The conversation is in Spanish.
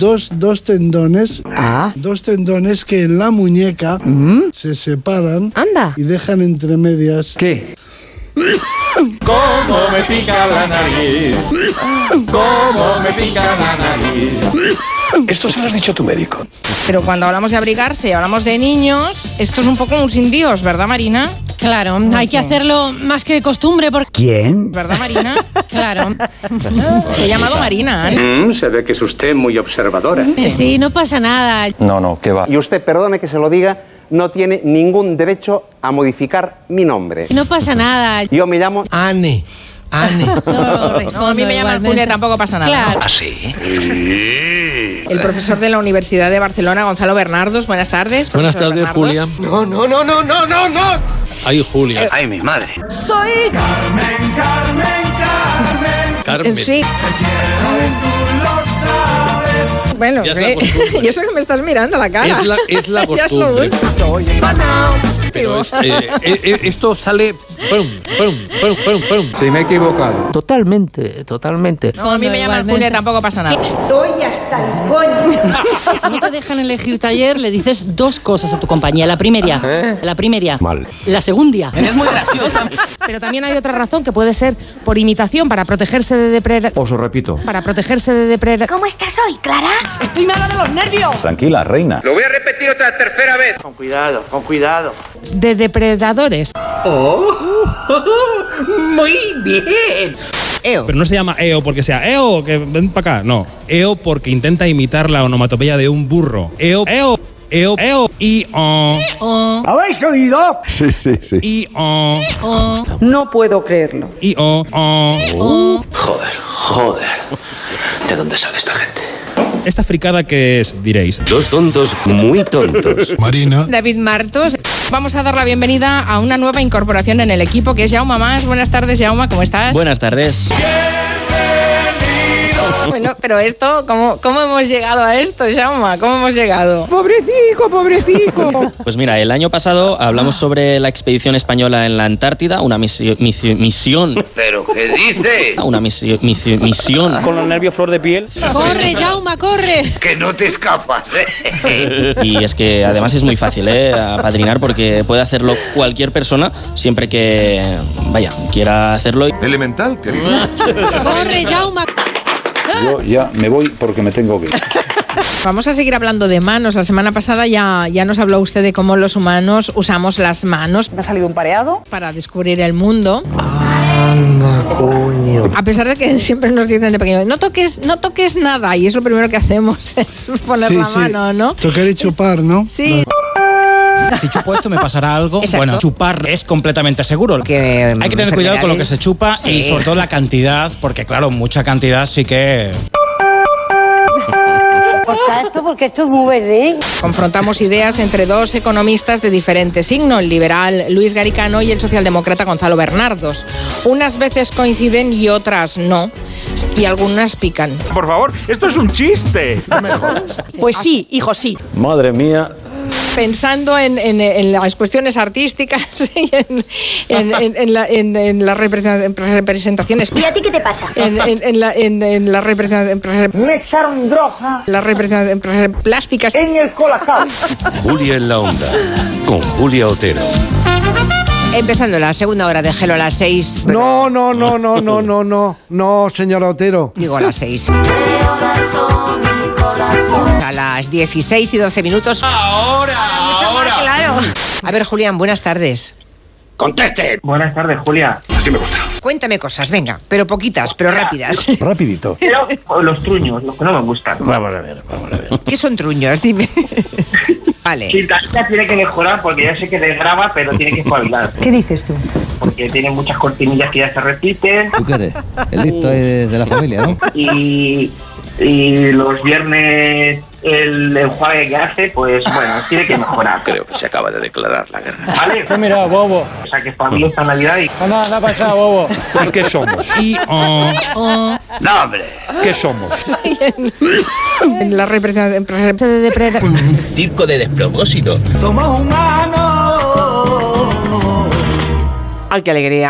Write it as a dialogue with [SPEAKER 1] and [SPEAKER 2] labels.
[SPEAKER 1] dos, dos tendones,
[SPEAKER 2] Ah,
[SPEAKER 1] dos tendones que en la muñeca
[SPEAKER 2] mm,
[SPEAKER 1] se separan
[SPEAKER 2] anda.
[SPEAKER 1] y dejan entre medias.
[SPEAKER 2] ¿Qué?
[SPEAKER 3] ¿Cómo me pica la nariz? ¿Cómo me pica la nariz?
[SPEAKER 4] Esto se lo has dicho a tu médico.
[SPEAKER 5] Pero cuando hablamos de abrigarse y hablamos de niños, esto es un poco un sin Dios, ¿verdad, Marina?
[SPEAKER 6] Claro, hay que hacerlo más que de costumbre porque,
[SPEAKER 7] ¿Quién?
[SPEAKER 5] ¿Verdad, Marina?
[SPEAKER 6] claro,
[SPEAKER 5] Te he llamado Marina. ¿eh?
[SPEAKER 8] Mm, se ve que es usted muy observadora. ¿eh?
[SPEAKER 6] sí, no pasa nada.
[SPEAKER 3] No, no, que va.
[SPEAKER 9] Y usted, perdone que se lo diga, no tiene ningún derecho a modificar mi nombre.
[SPEAKER 6] No pasa nada.
[SPEAKER 9] Yo me llamo
[SPEAKER 4] Anne, Anne.
[SPEAKER 6] No,
[SPEAKER 5] No, a mí me llaman Julia, tampoco pasa nada.
[SPEAKER 6] Claro.
[SPEAKER 4] ¿Así?
[SPEAKER 5] El profesor de la Universidad de Barcelona, Gonzalo Bernardos, buenas tardes.
[SPEAKER 10] Buenas
[SPEAKER 5] profesor
[SPEAKER 10] tardes,
[SPEAKER 5] Bernardos.
[SPEAKER 10] Julia.
[SPEAKER 4] No, no, no, no, no, no, no.
[SPEAKER 10] Ay, Julia.
[SPEAKER 4] Ay, mi madre.
[SPEAKER 10] Carmen.
[SPEAKER 5] Eh, Sí. Bueno,
[SPEAKER 10] Ya es la
[SPEAKER 5] eh,
[SPEAKER 10] costumbre.
[SPEAKER 5] yo sé que me estás mirando la cara.
[SPEAKER 10] Es la, es la
[SPEAKER 5] Ya es lo
[SPEAKER 10] costumbre.
[SPEAKER 5] último.
[SPEAKER 10] Pero es, eh, eh, eh, esto sale. pum, pum, pum, pum, pum.
[SPEAKER 8] Si me he equivocado.
[SPEAKER 7] Totalmente, totalmente.
[SPEAKER 5] No, a mí me llaman
[SPEAKER 6] Igualmente.
[SPEAKER 5] Julia, tampoco pasa nada.
[SPEAKER 6] Si no te dejan elegir taller, le dices dos cosas a tu compañía. La
[SPEAKER 3] Ah,
[SPEAKER 6] primera,
[SPEAKER 3] ¿eh?
[SPEAKER 6] la primera.
[SPEAKER 4] Mal.
[SPEAKER 6] La segunda.
[SPEAKER 5] Pero también hay otra razón que puede ser por imitación, para protegerse de depredar.
[SPEAKER 8] Os lo repito.
[SPEAKER 5] Para protegerse de depredar.
[SPEAKER 11] ¿Cómo estás hoy, Clara?
[SPEAKER 6] Estoy mala de los nervios.
[SPEAKER 3] Tranquila, reina.
[SPEAKER 8] Lo voy a repetir otra tercera vez.
[SPEAKER 5] de depredadores.
[SPEAKER 10] Pero no se llama EO porque sea EO, que ven para acá. No. EO porque intenta imitar la onomatopeya de un burro. EO, EO, EO, EO. Y oh,
[SPEAKER 7] ¿Habéis oído?
[SPEAKER 4] Sí, sí, sí.
[SPEAKER 10] y oh,
[SPEAKER 2] No puedo creerlo.
[SPEAKER 10] y oh, oh.
[SPEAKER 4] Joder, joder. ¿De dónde sale esta gente?
[SPEAKER 10] Esta fricada que es, diréis.
[SPEAKER 8] Dos tontos muy tontos.
[SPEAKER 1] Marina,
[SPEAKER 5] David Martos. Vamos a dar la bienvenida a una nueva incorporación en el equipo que es Jauma Más. Buenas tardes, Jauma, ¿cómo estás?
[SPEAKER 3] Buenas tardes.
[SPEAKER 5] Bueno, pero esto, ¿cómo, ¿cómo hemos llegado a esto, Jauma? ¿Cómo hemos llegado?
[SPEAKER 3] Pues mira, el año pasado
[SPEAKER 6] Ah.
[SPEAKER 3] hablamos sobre la expedición española en la Antártida, una misi- misi- misión, ah,
[SPEAKER 8] ¿Pero qué dice?
[SPEAKER 3] una misi- misi- misión
[SPEAKER 8] Con los nervios flor de piel.
[SPEAKER 6] Corre, Jauma, corre.
[SPEAKER 8] Que no te escapas, ¿eh?
[SPEAKER 3] Y es que además es muy fácil, ¿eh? Apadrinar porque puede hacerlo cualquier persona siempre que, vaya, quiera hacerlo.
[SPEAKER 4] Elemental, querido.
[SPEAKER 6] Corre, Jauma.
[SPEAKER 8] Yo ya me voy porque me tengo que ir.
[SPEAKER 5] Vamos a seguir hablando de manos. La semana pasada ya, ya nos habló usted de cómo los humanos usamos las manos
[SPEAKER 2] Me ha salido un pareado.
[SPEAKER 5] para descubrir el mundo.
[SPEAKER 4] Anda, coño.
[SPEAKER 5] A pesar de que siempre nos dicen de pequeño, no toques, no toques nada. Y es lo primero que hacemos, es poner
[SPEAKER 1] Sí,
[SPEAKER 5] la
[SPEAKER 1] sí.
[SPEAKER 5] mano, ¿no?
[SPEAKER 1] tocar y chupar, ¿no?
[SPEAKER 5] Sí.
[SPEAKER 3] Si chupo esto me pasará algo.
[SPEAKER 5] Exacto. Bueno,
[SPEAKER 3] chupar es completamente seguro.
[SPEAKER 2] Que, Hay que tener cuidado con lo que se
[SPEAKER 3] chupa y sobre todo la cantidad, porque claro, mucha cantidad sí que...
[SPEAKER 11] esto porque esto es muy verde.
[SPEAKER 5] Confrontamos ideas entre dos economistas de diferente signo, el liberal Luis Garicano y el socialdemócrata Gonzalo Bernardos. Unas veces coinciden y otras no, y algunas pican.
[SPEAKER 8] Por favor, esto es un chiste.
[SPEAKER 6] Pues sí, hijo, sí.
[SPEAKER 3] Madre mía.
[SPEAKER 5] Pensando en, en- en las cuestiones artísticas y en, en- en- en la- en- en las representa- representaciones.
[SPEAKER 11] ¿Y a ti qué te pasa?
[SPEAKER 5] En, en- en la- en- en las representaciones
[SPEAKER 2] Me echaron droga
[SPEAKER 5] las representaciones plásticas.
[SPEAKER 2] en el colacao.
[SPEAKER 4] Julia en la onda. Con Julia Otero.
[SPEAKER 2] Empezando la segunda hora de Gelo a las 6.
[SPEAKER 9] No, no, no, no, no, no, no, no, señora Otero.
[SPEAKER 2] Digo a las 6. A las 16 y 12 minutos.
[SPEAKER 11] Claro.
[SPEAKER 2] A ver, Julián, buenas tardes.
[SPEAKER 4] ¡Conteste!
[SPEAKER 8] Buenas tardes, Julia.
[SPEAKER 4] Así me gusta.
[SPEAKER 2] Cuéntame cosas, venga, pero poquitas, pero rápidas.
[SPEAKER 4] Rapidito.
[SPEAKER 8] Pero los truños, los que no me gustan.
[SPEAKER 4] Vamos a ver, vamos a ver.
[SPEAKER 2] ¿Qué son truños? Dime. Vale.
[SPEAKER 8] Sí, Talía tiene que mejorar porque ya sé que les graba, pero tiene que espabilar.
[SPEAKER 2] ¿Qué dices tú?
[SPEAKER 8] Porque tiene muchas cortinillas que ya se repiten
[SPEAKER 3] ¿Tú qué eres? El listo de, la familia, ¿no?
[SPEAKER 8] y, y los viernes el enjuague que hace, pues bueno, tiene que mejorar.
[SPEAKER 4] Creo que se acaba de declarar la guerra.
[SPEAKER 8] ¿Vale? Pues mira, bobo. O sea, que espabilo esta Navidad y... Anda, anda para allá, bobo. ¿Por qué somos?
[SPEAKER 10] Y oh.
[SPEAKER 4] ¡No, hombre!
[SPEAKER 8] ¿Qué somos?
[SPEAKER 5] En las representaciones
[SPEAKER 3] Un circo de despropósito.
[SPEAKER 2] Ay, qué alegría.